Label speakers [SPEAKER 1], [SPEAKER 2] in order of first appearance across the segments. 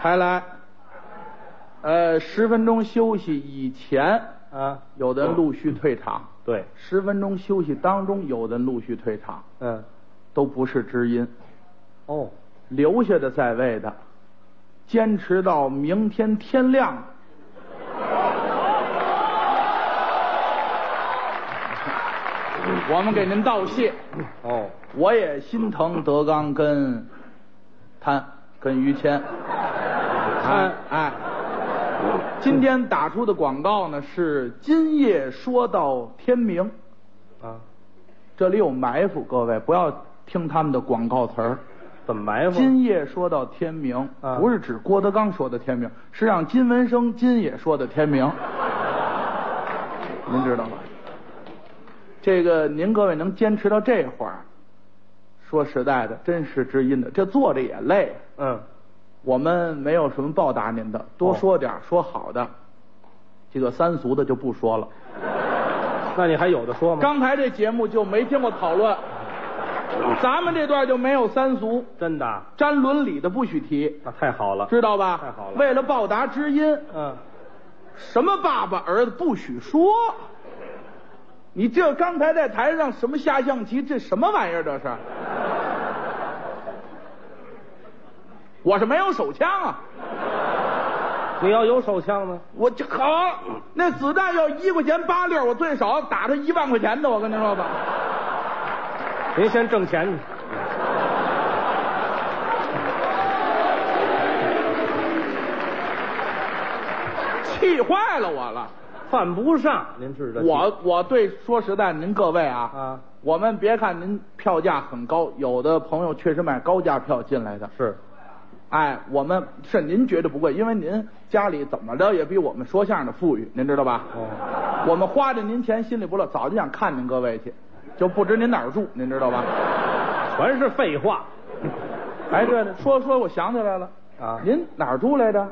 [SPEAKER 1] 还来。呃，十分钟休息以前，
[SPEAKER 2] 啊，
[SPEAKER 1] 有的人陆续退场；
[SPEAKER 2] 对，
[SPEAKER 1] 十分钟休息当中，有的人陆续退场，
[SPEAKER 2] 嗯，
[SPEAKER 1] 都不是知音。
[SPEAKER 2] 哦，
[SPEAKER 1] 留下的在位的，坚持到明天天 亮。我们给您道谢，
[SPEAKER 2] 哦，
[SPEAKER 1] 我也心疼德刚跟潘跟于谦。潘哎，今天打出的广告呢是今夜说到天明，
[SPEAKER 2] 啊，
[SPEAKER 1] 这里有埋伏，各位不要听他们的广告词儿。
[SPEAKER 2] 怎么埋伏？
[SPEAKER 1] 今夜说到天明，
[SPEAKER 2] 啊
[SPEAKER 1] 不是指郭德纲说的天明，是让金文生今夜说的天明。您知道吗？这个您各位能坚持到这会儿，说实在的，真是知音的。这坐着也累，
[SPEAKER 2] 嗯，
[SPEAKER 1] 我们没有什么报答您的，多
[SPEAKER 2] 哦
[SPEAKER 1] 说点儿说好的，这个三俗的就不说了。
[SPEAKER 2] 那你还有的说吗？
[SPEAKER 1] 刚才这节目就没经过讨论，咱们这段就没有三俗，
[SPEAKER 2] 真的啊，
[SPEAKER 1] 沾伦理的不许提。
[SPEAKER 2] 那太好了。
[SPEAKER 1] 知道吧？
[SPEAKER 2] 太好了
[SPEAKER 1] 为了报答知音，
[SPEAKER 2] 嗯，
[SPEAKER 1] 什么爸爸儿子不许说。你这刚才在台上什么下象棋，这什么玩意儿？这是？我是没有手枪啊！
[SPEAKER 2] 你要有手枪呢？
[SPEAKER 1] 我这好，那子弹要一块钱八粒儿，我最少打他一万块钱的。我跟您说吧，
[SPEAKER 2] 您先挣钱去。
[SPEAKER 1] 气坏了我了。
[SPEAKER 2] 犯不上，您知道。
[SPEAKER 1] 我我对说实在，您各位啊，
[SPEAKER 2] 啊
[SPEAKER 1] 我们别看您票价很高，有的朋友确实买高价票进来的，
[SPEAKER 2] 是，
[SPEAKER 1] 哎，我们是您觉得不贵，因为您家里怎么着也比我们说相声的富裕，您知道吧？
[SPEAKER 2] 哦
[SPEAKER 1] 我们花着您钱，心里不乐，早就想看您各位去，就不知您哪儿住，您知道吧？
[SPEAKER 2] 哦全是废话。
[SPEAKER 1] 哎，对了，说说我想起来了，
[SPEAKER 2] 啊
[SPEAKER 1] 您哪儿住来着？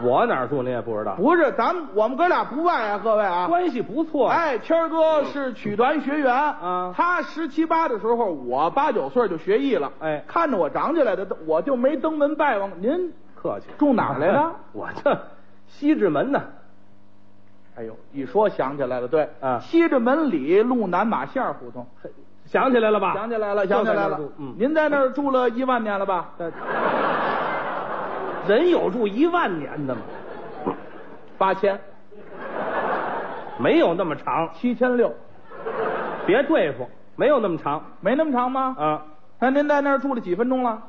[SPEAKER 2] 我哪儿住您也不知道，
[SPEAKER 1] 不是，咱们我们哥俩不外啊，各位啊。
[SPEAKER 2] 关系不错。，
[SPEAKER 1] 哎，谦儿哥是曲团学员
[SPEAKER 2] 啊
[SPEAKER 1] 他十七八的时候，我八九岁就学艺了。
[SPEAKER 2] 哎
[SPEAKER 1] 看着我长起来的，我就没登门拜望您。
[SPEAKER 2] 客气。哎
[SPEAKER 1] 住哪儿来的
[SPEAKER 2] 我这西直门呢。
[SPEAKER 1] 哎呦，一说想起来了，对，
[SPEAKER 2] 啊
[SPEAKER 1] 西直门里路南马线儿胡同，
[SPEAKER 2] 想起来了吧？
[SPEAKER 1] 想起来了，
[SPEAKER 2] 啊就
[SPEAKER 1] 想起
[SPEAKER 2] 在那
[SPEAKER 1] 来
[SPEAKER 2] 儿
[SPEAKER 1] 了
[SPEAKER 2] 住。嗯，
[SPEAKER 1] 您在那儿住了一万年了吧？
[SPEAKER 2] 人有住一万年的吗？
[SPEAKER 1] 八千、
[SPEAKER 2] 没有那么长，
[SPEAKER 1] 七千六，
[SPEAKER 2] 别对付，没有那么长
[SPEAKER 1] 没那么长吗？
[SPEAKER 2] 啊！
[SPEAKER 1] 那您在那儿住了几分钟了？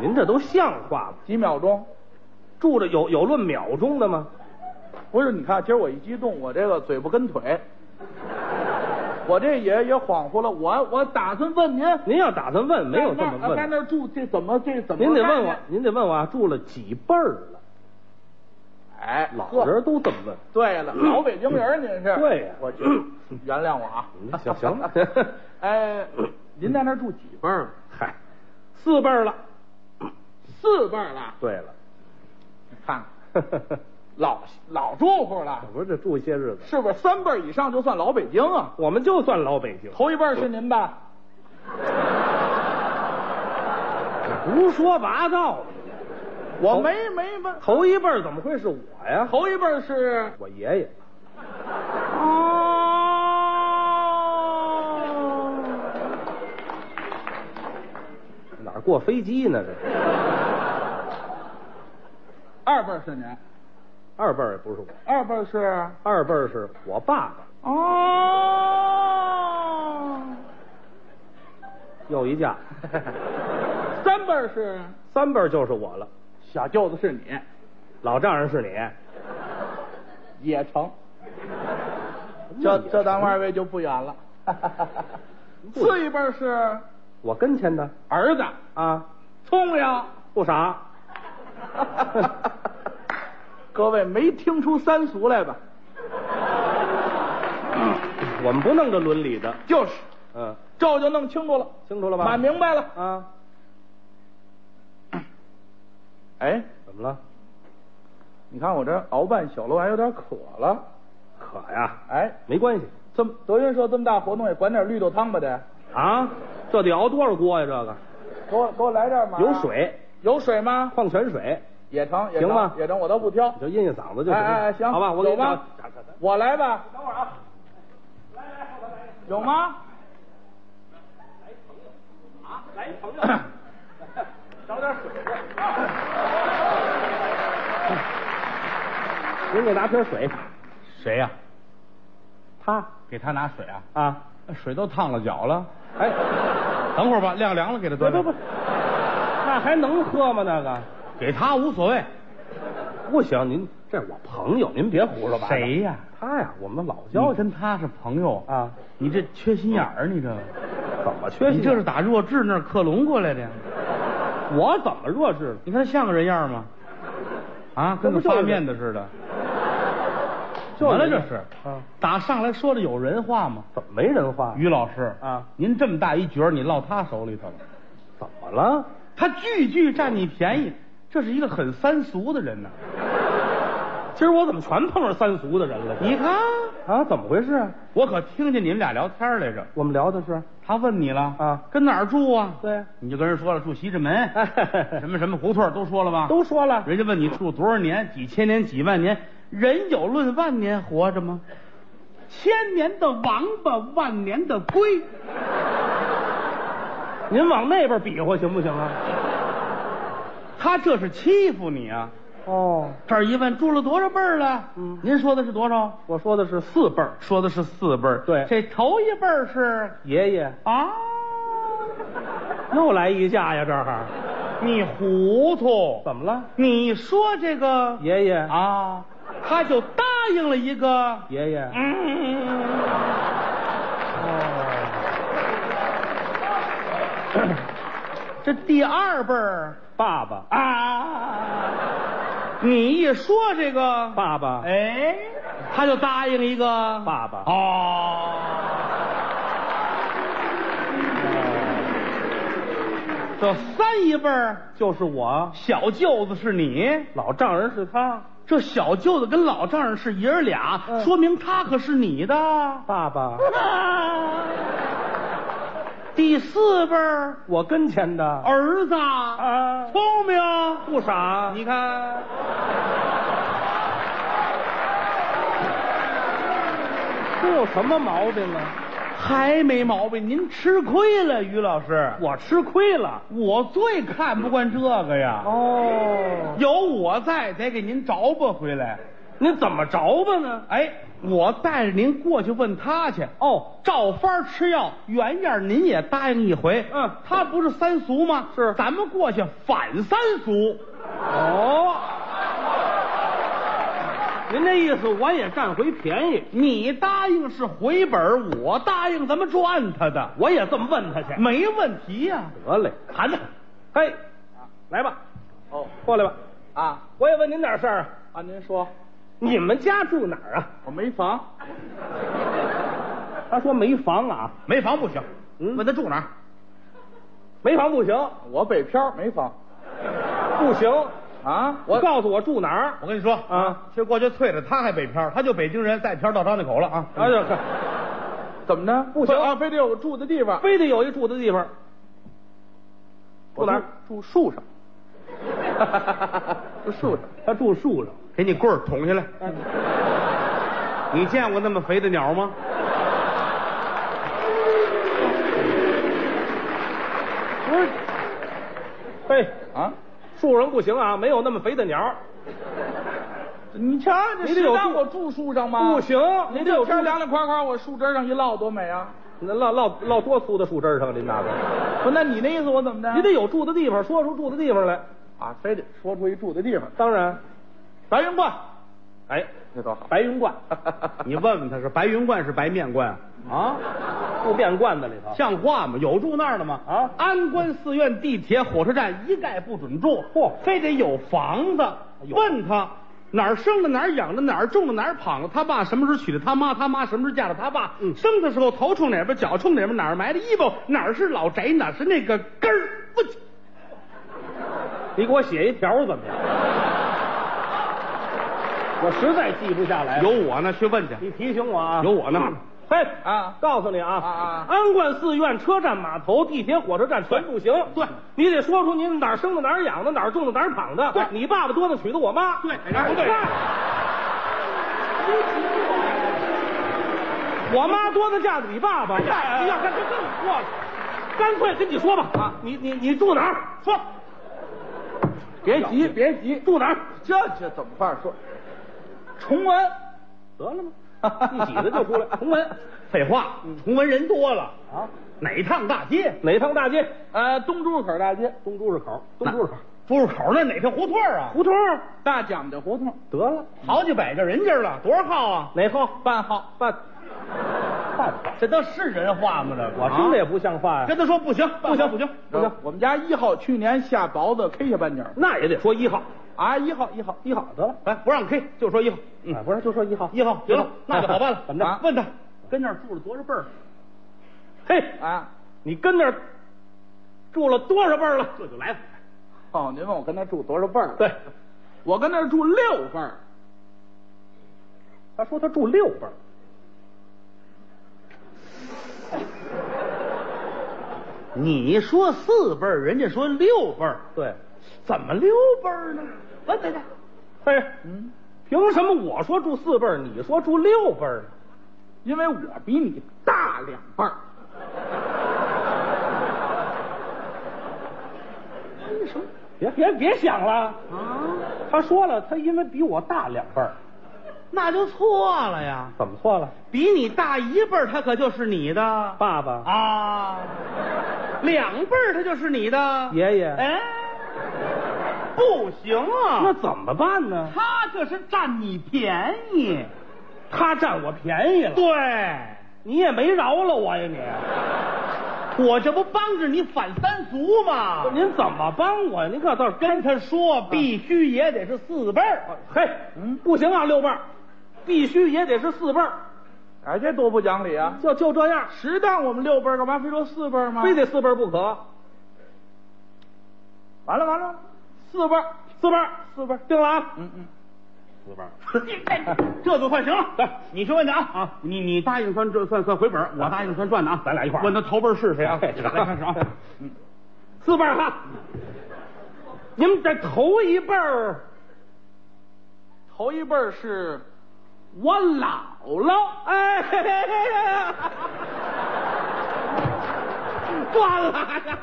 [SPEAKER 2] 您这都像话吗？
[SPEAKER 1] 几秒钟？
[SPEAKER 2] 住着有有论秒钟的吗？
[SPEAKER 1] 不是，你看，今儿我一激动，我这个嘴不跟腿，我这也也恍惚了。我我打算问您，
[SPEAKER 2] 您要打算问，没有这么
[SPEAKER 1] 在那儿在
[SPEAKER 2] 问
[SPEAKER 1] 那
[SPEAKER 2] 的。
[SPEAKER 1] 儿住，这怎么这怎么？
[SPEAKER 2] 您得问我，，您得问我啊，住了几辈儿了？
[SPEAKER 1] 哎，
[SPEAKER 2] 老
[SPEAKER 1] 呵
[SPEAKER 2] 人都这么问。
[SPEAKER 1] 对了，老北京人儿您是？
[SPEAKER 2] 对呀
[SPEAKER 1] 我觉原谅我啊。
[SPEAKER 2] 行行了
[SPEAKER 1] 哎，您在那儿住几辈儿了？
[SPEAKER 2] 嗨，四辈儿了。
[SPEAKER 1] 四辈儿了。
[SPEAKER 2] 对了，
[SPEAKER 1] 你看看，老老住户了，
[SPEAKER 2] 不是这住些日子，
[SPEAKER 1] 是不是三辈儿以上就算老北京啊？
[SPEAKER 2] 我们就算老北京，
[SPEAKER 1] 头一辈儿是您吧？
[SPEAKER 2] 胡说八道。
[SPEAKER 1] 我
[SPEAKER 2] 头
[SPEAKER 1] 没没问，
[SPEAKER 2] 头一辈儿怎么会是我呀？
[SPEAKER 1] 头一辈儿是啊
[SPEAKER 2] 我爷爷。
[SPEAKER 1] 哦，
[SPEAKER 2] 哪儿过飞机呢？这是
[SPEAKER 1] 二辈儿是您，
[SPEAKER 2] 二辈儿也不是我，
[SPEAKER 1] 二辈儿是啊
[SPEAKER 2] 二辈儿是我爸爸
[SPEAKER 1] 哦，
[SPEAKER 2] 又一 架，
[SPEAKER 1] 三辈儿是
[SPEAKER 2] 三辈儿就是我了。
[SPEAKER 1] 小舅子是你，
[SPEAKER 2] 老丈人是你，
[SPEAKER 1] 也成。 这这咱们二位就不远 了。四一辈儿是
[SPEAKER 2] 我跟前的
[SPEAKER 1] 儿子，
[SPEAKER 2] 啊，
[SPEAKER 1] 聪明。
[SPEAKER 2] 不傻，
[SPEAKER 1] 各位没听出三俗来吧？
[SPEAKER 2] 我们不弄这伦理的。
[SPEAKER 1] 就是，
[SPEAKER 2] 嗯，
[SPEAKER 1] 这就弄清楚了，
[SPEAKER 2] 清楚了吧？
[SPEAKER 1] 买明白了。
[SPEAKER 2] 啊？
[SPEAKER 1] 哎，
[SPEAKER 2] 怎么了？
[SPEAKER 1] 你看我这熬半宿了，我还有点渴了。
[SPEAKER 2] 渴呀？
[SPEAKER 1] 哎，
[SPEAKER 2] 没关系
[SPEAKER 1] 这么德云社这么大活动，也管点绿豆汤吧得。
[SPEAKER 2] 啊，这得熬多少锅呀？这个
[SPEAKER 1] 给我给我来点嘛。
[SPEAKER 2] 有水，
[SPEAKER 1] 有水吗？
[SPEAKER 2] 矿泉水，
[SPEAKER 1] 也成，也
[SPEAKER 2] 行
[SPEAKER 1] 成
[SPEAKER 2] 吗
[SPEAKER 1] 也成，我都不挑
[SPEAKER 2] 你。就咽咽嗓子就行了。
[SPEAKER 1] 哎哎哎，行，
[SPEAKER 2] 好吧，我给
[SPEAKER 1] 有
[SPEAKER 2] 你
[SPEAKER 1] 吗
[SPEAKER 2] 找找找？
[SPEAKER 1] 我来吧。等会儿啊，来来，有吗？
[SPEAKER 2] 您给拿瓶水。
[SPEAKER 3] 谁呀、
[SPEAKER 2] 他
[SPEAKER 3] 给他拿水啊？
[SPEAKER 2] 啊，
[SPEAKER 3] 水都烫了脚了，
[SPEAKER 2] 哎，
[SPEAKER 3] 等会儿吧，晾凉了给他
[SPEAKER 2] 不
[SPEAKER 3] 端
[SPEAKER 2] 不
[SPEAKER 3] 上。
[SPEAKER 2] 不， 那还能喝吗？那个
[SPEAKER 3] 给他无所谓。
[SPEAKER 2] 不行，您这是我朋友，您别胡说八道。
[SPEAKER 3] 谁呀
[SPEAKER 2] 他呀，我们老
[SPEAKER 3] 要
[SPEAKER 2] 交情
[SPEAKER 3] 跟他是朋友，
[SPEAKER 2] 啊，
[SPEAKER 3] 你这缺心眼儿，你这个，
[SPEAKER 2] 怎么缺心眼？
[SPEAKER 3] 你这是打弱智那儿克隆过来的呀？
[SPEAKER 2] 我怎么弱智了？
[SPEAKER 3] 你看他像个人样吗？啊，
[SPEAKER 2] 这
[SPEAKER 3] 跟
[SPEAKER 2] 不
[SPEAKER 3] 个
[SPEAKER 2] 就是
[SPEAKER 3] 发面的似的。
[SPEAKER 2] 就
[SPEAKER 3] 完了，
[SPEAKER 2] 您
[SPEAKER 3] 这是
[SPEAKER 2] 啊，
[SPEAKER 3] 打上来说的有人话吗？
[SPEAKER 2] 怎么没人话？
[SPEAKER 3] 于老师
[SPEAKER 2] 啊
[SPEAKER 3] 您这么大一角儿，你落他手里头了，
[SPEAKER 2] 怎么了？
[SPEAKER 3] 他句句占你便宜，这是一个很三俗的人呢、
[SPEAKER 2] 今儿我怎么全碰上三俗的人了？
[SPEAKER 3] 你看，
[SPEAKER 2] 啊，怎么回事啊？
[SPEAKER 3] 我可听见你们俩聊天儿来着，
[SPEAKER 2] 我们聊的是
[SPEAKER 3] 他问你了
[SPEAKER 2] 啊
[SPEAKER 3] 跟哪儿住啊？
[SPEAKER 2] 对啊
[SPEAKER 3] 你就跟人说了住西 直门，
[SPEAKER 2] 哎
[SPEAKER 3] 什么什么胡同儿都说了吧？
[SPEAKER 2] 都说了
[SPEAKER 3] 人家问你住多少年，几千年，几万年，人有论万年活着吗？千年的王八，万年的龟，
[SPEAKER 2] 您往那边比划行不行啊？
[SPEAKER 3] 他这是欺负你啊！
[SPEAKER 2] 哦，
[SPEAKER 3] 这儿一问住了多少辈儿了？
[SPEAKER 2] 嗯
[SPEAKER 3] 您说的是多少？
[SPEAKER 2] 我说的是四辈儿，
[SPEAKER 3] 说的是四辈儿。
[SPEAKER 2] 对
[SPEAKER 3] 这头一辈儿是
[SPEAKER 2] 爷爷
[SPEAKER 3] 啊，
[SPEAKER 2] 又来一架呀，这儿
[SPEAKER 3] 你糊涂，
[SPEAKER 2] 怎么了？
[SPEAKER 3] 你说这个
[SPEAKER 2] 爷爷，
[SPEAKER 3] 啊，他就答应了一个，
[SPEAKER 2] 爷爷，
[SPEAKER 3] 嗯，
[SPEAKER 2] 哦，
[SPEAKER 3] 这第二辈儿
[SPEAKER 2] 爸爸，
[SPEAKER 3] 啊，你一说这个，
[SPEAKER 2] 爸爸，
[SPEAKER 3] 啊哎，他就答应一个
[SPEAKER 2] 爸爸
[SPEAKER 3] 哦，
[SPEAKER 2] 哦
[SPEAKER 3] 这三一辈儿
[SPEAKER 2] 就是我，
[SPEAKER 3] 小舅子是你，
[SPEAKER 2] 老丈人是他，
[SPEAKER 3] 这小舅子跟老丈人是爷儿俩，
[SPEAKER 2] 嗯
[SPEAKER 3] 说明他可是你的。
[SPEAKER 2] 爸爸，
[SPEAKER 3] 啊 第四辈儿
[SPEAKER 2] 我跟前的
[SPEAKER 3] 儿子
[SPEAKER 2] 啊
[SPEAKER 3] 聪明
[SPEAKER 2] 不傻，
[SPEAKER 3] 你看，
[SPEAKER 2] 这有什么毛病啊？
[SPEAKER 3] 还没毛病，您吃亏了，于老师。
[SPEAKER 2] 我吃亏了。
[SPEAKER 3] 我最看不惯这个呀，
[SPEAKER 2] 哦，
[SPEAKER 3] 有我在，得给您着吧回来。
[SPEAKER 2] 您怎么着吧呢？
[SPEAKER 3] 哎，我带着您过去问他去。
[SPEAKER 2] 哦，
[SPEAKER 3] 照方儿吃药，原样您也答应一回。
[SPEAKER 2] 嗯
[SPEAKER 3] 他不是三俗吗？
[SPEAKER 2] 是
[SPEAKER 3] 咱们过去反三俗。
[SPEAKER 2] 哦，您这意思我也占回便宜，
[SPEAKER 3] 你答应是回本儿，我答应咱们赚他的，
[SPEAKER 2] 我也这么问他去。
[SPEAKER 3] 没问题呀、
[SPEAKER 2] 得嘞，
[SPEAKER 3] 谈谈。
[SPEAKER 2] 嘿，来吧，
[SPEAKER 1] 哦，
[SPEAKER 2] 过来吧，
[SPEAKER 1] 啊
[SPEAKER 2] 我也问您点事儿啊。
[SPEAKER 1] 啊，您说，
[SPEAKER 2] 你们家住哪儿啊？
[SPEAKER 1] 我没房，
[SPEAKER 2] 他说没房啊，
[SPEAKER 3] 没房不行，
[SPEAKER 2] 嗯
[SPEAKER 3] 问他住哪儿？
[SPEAKER 2] 没房不行，
[SPEAKER 1] 我北漂没房
[SPEAKER 2] 不行。
[SPEAKER 1] 啊，
[SPEAKER 2] 我
[SPEAKER 1] 我
[SPEAKER 2] 告诉我住哪儿？
[SPEAKER 3] 我跟你说
[SPEAKER 2] 啊，
[SPEAKER 3] 今儿过去啐着他还北漂，他就北京人，再漂到张家口了啊！
[SPEAKER 2] 哎呀，
[SPEAKER 1] 怎么着？
[SPEAKER 2] 不行
[SPEAKER 1] 啊，非得有个住的地方。
[SPEAKER 2] 非得有一住的地方。
[SPEAKER 1] 我
[SPEAKER 2] 住哪儿？
[SPEAKER 1] 住树 上。住树上。
[SPEAKER 2] 他住树上。
[SPEAKER 3] 给你棍儿捅下来。你见过那么肥的鸟吗？
[SPEAKER 2] 不是，嘿，
[SPEAKER 1] 啊，
[SPEAKER 2] 树上不行啊，没有那么肥的鸟。
[SPEAKER 1] 你瞧，这
[SPEAKER 2] 你得
[SPEAKER 1] 谁
[SPEAKER 2] 有
[SPEAKER 1] 让
[SPEAKER 2] 树
[SPEAKER 1] 我住树上吗？
[SPEAKER 2] 不行，
[SPEAKER 1] 您
[SPEAKER 2] 您
[SPEAKER 1] 这
[SPEAKER 2] 啊这有
[SPEAKER 1] 天
[SPEAKER 2] 树
[SPEAKER 1] 凉凉快快，我树枝儿上一落多美啊！
[SPEAKER 2] 那落落落多粗的树枝儿上，您那个，
[SPEAKER 1] 不，那你那意思我怎么的？
[SPEAKER 2] 您得有住的地方，说出住的地方来。
[SPEAKER 1] 啊，非得说出一住的地方，
[SPEAKER 2] 当然，
[SPEAKER 1] 白云观，
[SPEAKER 2] 哎，
[SPEAKER 1] 这多好。
[SPEAKER 2] 白云 观
[SPEAKER 3] 你问问他是白云观是白面观啊？
[SPEAKER 2] 啊，住面罐子里头。
[SPEAKER 3] 像话吗？有住那儿的吗？
[SPEAKER 2] 啊
[SPEAKER 3] 安关寺院、地铁、火车站一概不准住，
[SPEAKER 2] 嚯哎
[SPEAKER 3] 非得有房子。
[SPEAKER 2] 有
[SPEAKER 3] 问他哪儿生的，哪儿养的，哪儿种的，哪儿跑的，他爸什么时候娶的他妈，他妈什么时候嫁的他爸，
[SPEAKER 2] 嗯
[SPEAKER 3] 生的时候头冲哪边，脚冲哪边，哪儿埋的衣服，哪儿是老宅，哪儿是那个根儿，不
[SPEAKER 2] 你给我写一条怎么 样？我实在记不下来。
[SPEAKER 3] 有，我呢，去问去。嗯
[SPEAKER 2] 你提醒我啊。哎
[SPEAKER 3] 有我呢，
[SPEAKER 2] 嘿
[SPEAKER 1] 啊
[SPEAKER 2] 告诉你啊，
[SPEAKER 1] 啊啊
[SPEAKER 2] 安观寺院、车站、码头、地铁、火车站全不行。
[SPEAKER 3] 对
[SPEAKER 2] 你得说出您哪儿生的、哪儿养的、哪儿种的、哪儿躺的。
[SPEAKER 3] 对
[SPEAKER 2] 你爸爸多的娶的我妈。
[SPEAKER 3] 对然后
[SPEAKER 2] 不对
[SPEAKER 3] 对。
[SPEAKER 2] 我妈多的嫁给你爸爸，
[SPEAKER 3] 呀
[SPEAKER 2] 你要干这更我干脆跟你说吧，啊，你你你住哪儿？说，
[SPEAKER 1] 别急，别急，
[SPEAKER 2] 住哪儿？
[SPEAKER 1] 这这怎么话说？崇文，
[SPEAKER 2] 得了吗？一挤子就出来，重文
[SPEAKER 3] 废话，崇文人多了，
[SPEAKER 2] 啊，
[SPEAKER 3] 哪趟大街？
[SPEAKER 2] 哪趟大街？
[SPEAKER 1] 呃，东珠口大街
[SPEAKER 2] 东猪市口，东猪市口，
[SPEAKER 3] 出入口那哪条胡同啊？
[SPEAKER 2] 胡同儿
[SPEAKER 1] 大蒋家胡同
[SPEAKER 2] 得了，
[SPEAKER 3] 好几百个人家了，多少号啊？
[SPEAKER 2] 哪号？
[SPEAKER 1] 半号，
[SPEAKER 2] 办办法，
[SPEAKER 3] 这都是人话吗？这
[SPEAKER 2] 我听着也不像话呀。
[SPEAKER 3] 啊跟他说不行，不行，不行，
[SPEAKER 2] 不行
[SPEAKER 1] 我们家一号去年下雹子 K 下半截儿
[SPEAKER 2] 那也得说一号，
[SPEAKER 1] 啊，一号一号
[SPEAKER 2] 一号得了。
[SPEAKER 3] 来哎不让 K，就说一号，
[SPEAKER 2] 哎，不是，就说一号，
[SPEAKER 3] 嗯一号行了，那就好办了。
[SPEAKER 2] 怎么
[SPEAKER 1] 啊
[SPEAKER 2] 着？
[SPEAKER 3] 问他跟那儿住了多少辈儿？
[SPEAKER 2] 嘿，
[SPEAKER 1] 啊。
[SPEAKER 2] 你跟那儿住了多少辈儿了？
[SPEAKER 3] 这就来了。
[SPEAKER 1] 哦，您问我跟他住多少辈儿？
[SPEAKER 2] 对，
[SPEAKER 1] 我跟那儿住六辈儿，
[SPEAKER 2] 他说他住六辈儿，
[SPEAKER 3] 你说四辈儿，人家说六辈儿，
[SPEAKER 2] 对，
[SPEAKER 3] 怎么六辈儿呢？哎问他去。
[SPEAKER 2] 嘿，
[SPEAKER 1] 嗯，
[SPEAKER 2] 凭什么我说住四辈儿，你说住六辈儿呢？
[SPEAKER 1] 因为我比你大两辈儿。
[SPEAKER 2] 别别别想了，
[SPEAKER 3] 啊，
[SPEAKER 2] 他说了，他因为比我大两辈儿，
[SPEAKER 3] 那就错了呀！
[SPEAKER 2] 怎么错了？
[SPEAKER 3] 比你大一辈儿，他可就是你的
[SPEAKER 2] 爸爸，
[SPEAKER 3] 啊；两辈儿，他就是你的
[SPEAKER 2] 爷爷，，
[SPEAKER 3] 哎，不行啊！
[SPEAKER 2] 那怎么办呢？
[SPEAKER 3] 他这是占你便宜。
[SPEAKER 2] 他占我便宜了，
[SPEAKER 3] 对，
[SPEAKER 2] 你也没饶了我呀，
[SPEAKER 1] 啊
[SPEAKER 2] 你。
[SPEAKER 3] 我这不帮着你反三俗吗？
[SPEAKER 2] 您怎么帮我呀？您可倒是
[SPEAKER 3] 跟他说，必须也得是四辈儿。
[SPEAKER 2] 嘿，
[SPEAKER 1] 啊嗯
[SPEAKER 2] 不行啊，六辈儿，必须也得是四辈儿，
[SPEAKER 1] 哎，这多不讲理啊！
[SPEAKER 2] 就就这样，
[SPEAKER 1] 适当我们六辈儿，干嘛非说四辈儿吗？
[SPEAKER 2] 非得四辈儿不可。
[SPEAKER 1] 完了完了，四辈儿，
[SPEAKER 2] 四辈儿，
[SPEAKER 1] 四辈儿。
[SPEAKER 2] 定了啊！
[SPEAKER 1] 嗯嗯，
[SPEAKER 2] 四 辈儿，
[SPEAKER 3] 哎这就算行了。来，你去问去啊啊！你你答应算赚算算回本儿，我答应算赚的啊，
[SPEAKER 2] 咱俩一块儿
[SPEAKER 3] 问他头辈儿是谁啊？
[SPEAKER 2] 哎
[SPEAKER 3] 来开始啊！
[SPEAKER 2] 四辈儿哈。你们这头一辈儿，
[SPEAKER 1] 头一辈儿是我姥姥，
[SPEAKER 2] 哎，嘿嘿嘿嘿
[SPEAKER 3] 赚了呀！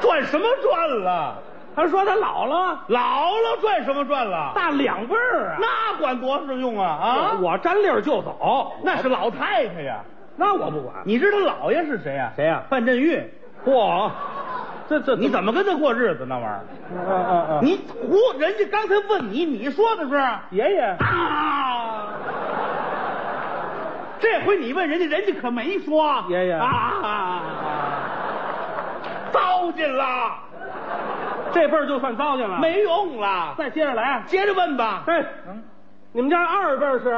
[SPEAKER 3] 赚什么赚了？
[SPEAKER 2] 他说他姥姥
[SPEAKER 3] 姥姥赚什么赚了？
[SPEAKER 2] 大两辈儿啊。
[SPEAKER 3] 那管多少用啊啊！
[SPEAKER 2] 我沾溜儿就走，
[SPEAKER 3] 那是老太太呀。
[SPEAKER 2] 那我不管。
[SPEAKER 3] 你知道姥爷是谁呀、啊
[SPEAKER 2] 谁啊呀
[SPEAKER 3] 范振钰。
[SPEAKER 2] 嚯，这这
[SPEAKER 3] 你怎么跟他过日子那玩意儿？
[SPEAKER 2] 嗯嗯嗯，
[SPEAKER 3] 你胡，人家刚才问你，你说的是
[SPEAKER 2] 爷爷
[SPEAKER 3] 啊。这回你问人家，人家可没说。
[SPEAKER 2] 爷爷
[SPEAKER 3] 啊，糟践了，
[SPEAKER 2] 这辈儿就算糟践了。，
[SPEAKER 3] 没用了。
[SPEAKER 2] 再接着来。
[SPEAKER 3] 接着问吧。
[SPEAKER 2] 嘿，
[SPEAKER 1] 嗯，
[SPEAKER 2] 你们家二辈儿是？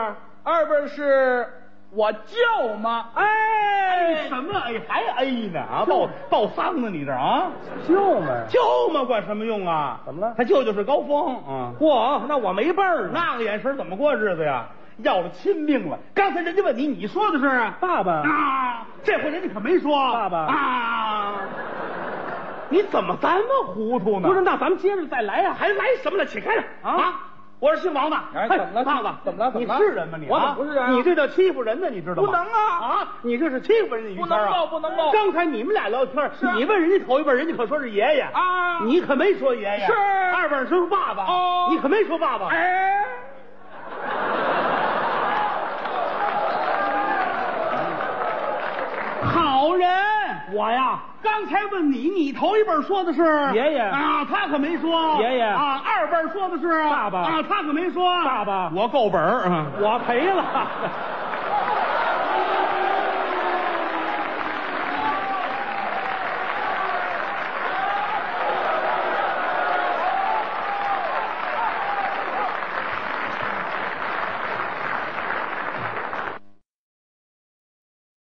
[SPEAKER 1] 二辈儿是我舅妈，
[SPEAKER 2] 哎，
[SPEAKER 3] 什么哎还哎呢啊？报报丧呢你这啊？
[SPEAKER 2] 舅们
[SPEAKER 3] 舅嘛管什么用啊？
[SPEAKER 2] 怎么了嗯
[SPEAKER 3] 他舅舅是高峰啊。
[SPEAKER 2] 嚯，那我没辈儿呢。
[SPEAKER 3] 那个眼神怎么过日子呀？要了亲命了！刚才人家问你，你说的是啊，
[SPEAKER 2] 爸爸
[SPEAKER 3] 啊，这回人家可没说
[SPEAKER 2] 爸爸
[SPEAKER 3] 啊，你怎么这么糊涂呢？
[SPEAKER 2] 不是，那咱们接着再来啊呀。
[SPEAKER 3] 还来什么了？起开了
[SPEAKER 2] 啊
[SPEAKER 3] 我是姓王的，
[SPEAKER 1] 哎
[SPEAKER 3] 嘿
[SPEAKER 1] 怎么了
[SPEAKER 3] 胖子？
[SPEAKER 1] 怎么了怎么了
[SPEAKER 3] 你是人吗？你啊
[SPEAKER 1] 我怎么不是人啊
[SPEAKER 3] 你这叫欺负人呢，你知道吗？
[SPEAKER 1] 不能啊
[SPEAKER 3] 啊！你这是欺负人家于谦啊！
[SPEAKER 1] 不能够不能够
[SPEAKER 3] 刚才你们俩聊天，
[SPEAKER 1] 是啊
[SPEAKER 3] 你问人家头一辈，人家可说是爷爷
[SPEAKER 1] 啊
[SPEAKER 3] 你可没说爷爷。
[SPEAKER 1] 是
[SPEAKER 3] 二辈说是爸爸
[SPEAKER 1] 哦
[SPEAKER 3] 你可没说爸爸。
[SPEAKER 1] 哎，
[SPEAKER 3] 好人，
[SPEAKER 2] 我呀，
[SPEAKER 3] 刚才问你，你头一辈说的是
[SPEAKER 2] 爷爷
[SPEAKER 3] 啊，他可没说
[SPEAKER 2] 爷爷
[SPEAKER 3] 啊，二辈说的是
[SPEAKER 2] 爸爸
[SPEAKER 3] 啊，他可没说
[SPEAKER 2] 爸爸
[SPEAKER 3] 我够本儿啊，
[SPEAKER 2] 我赔了。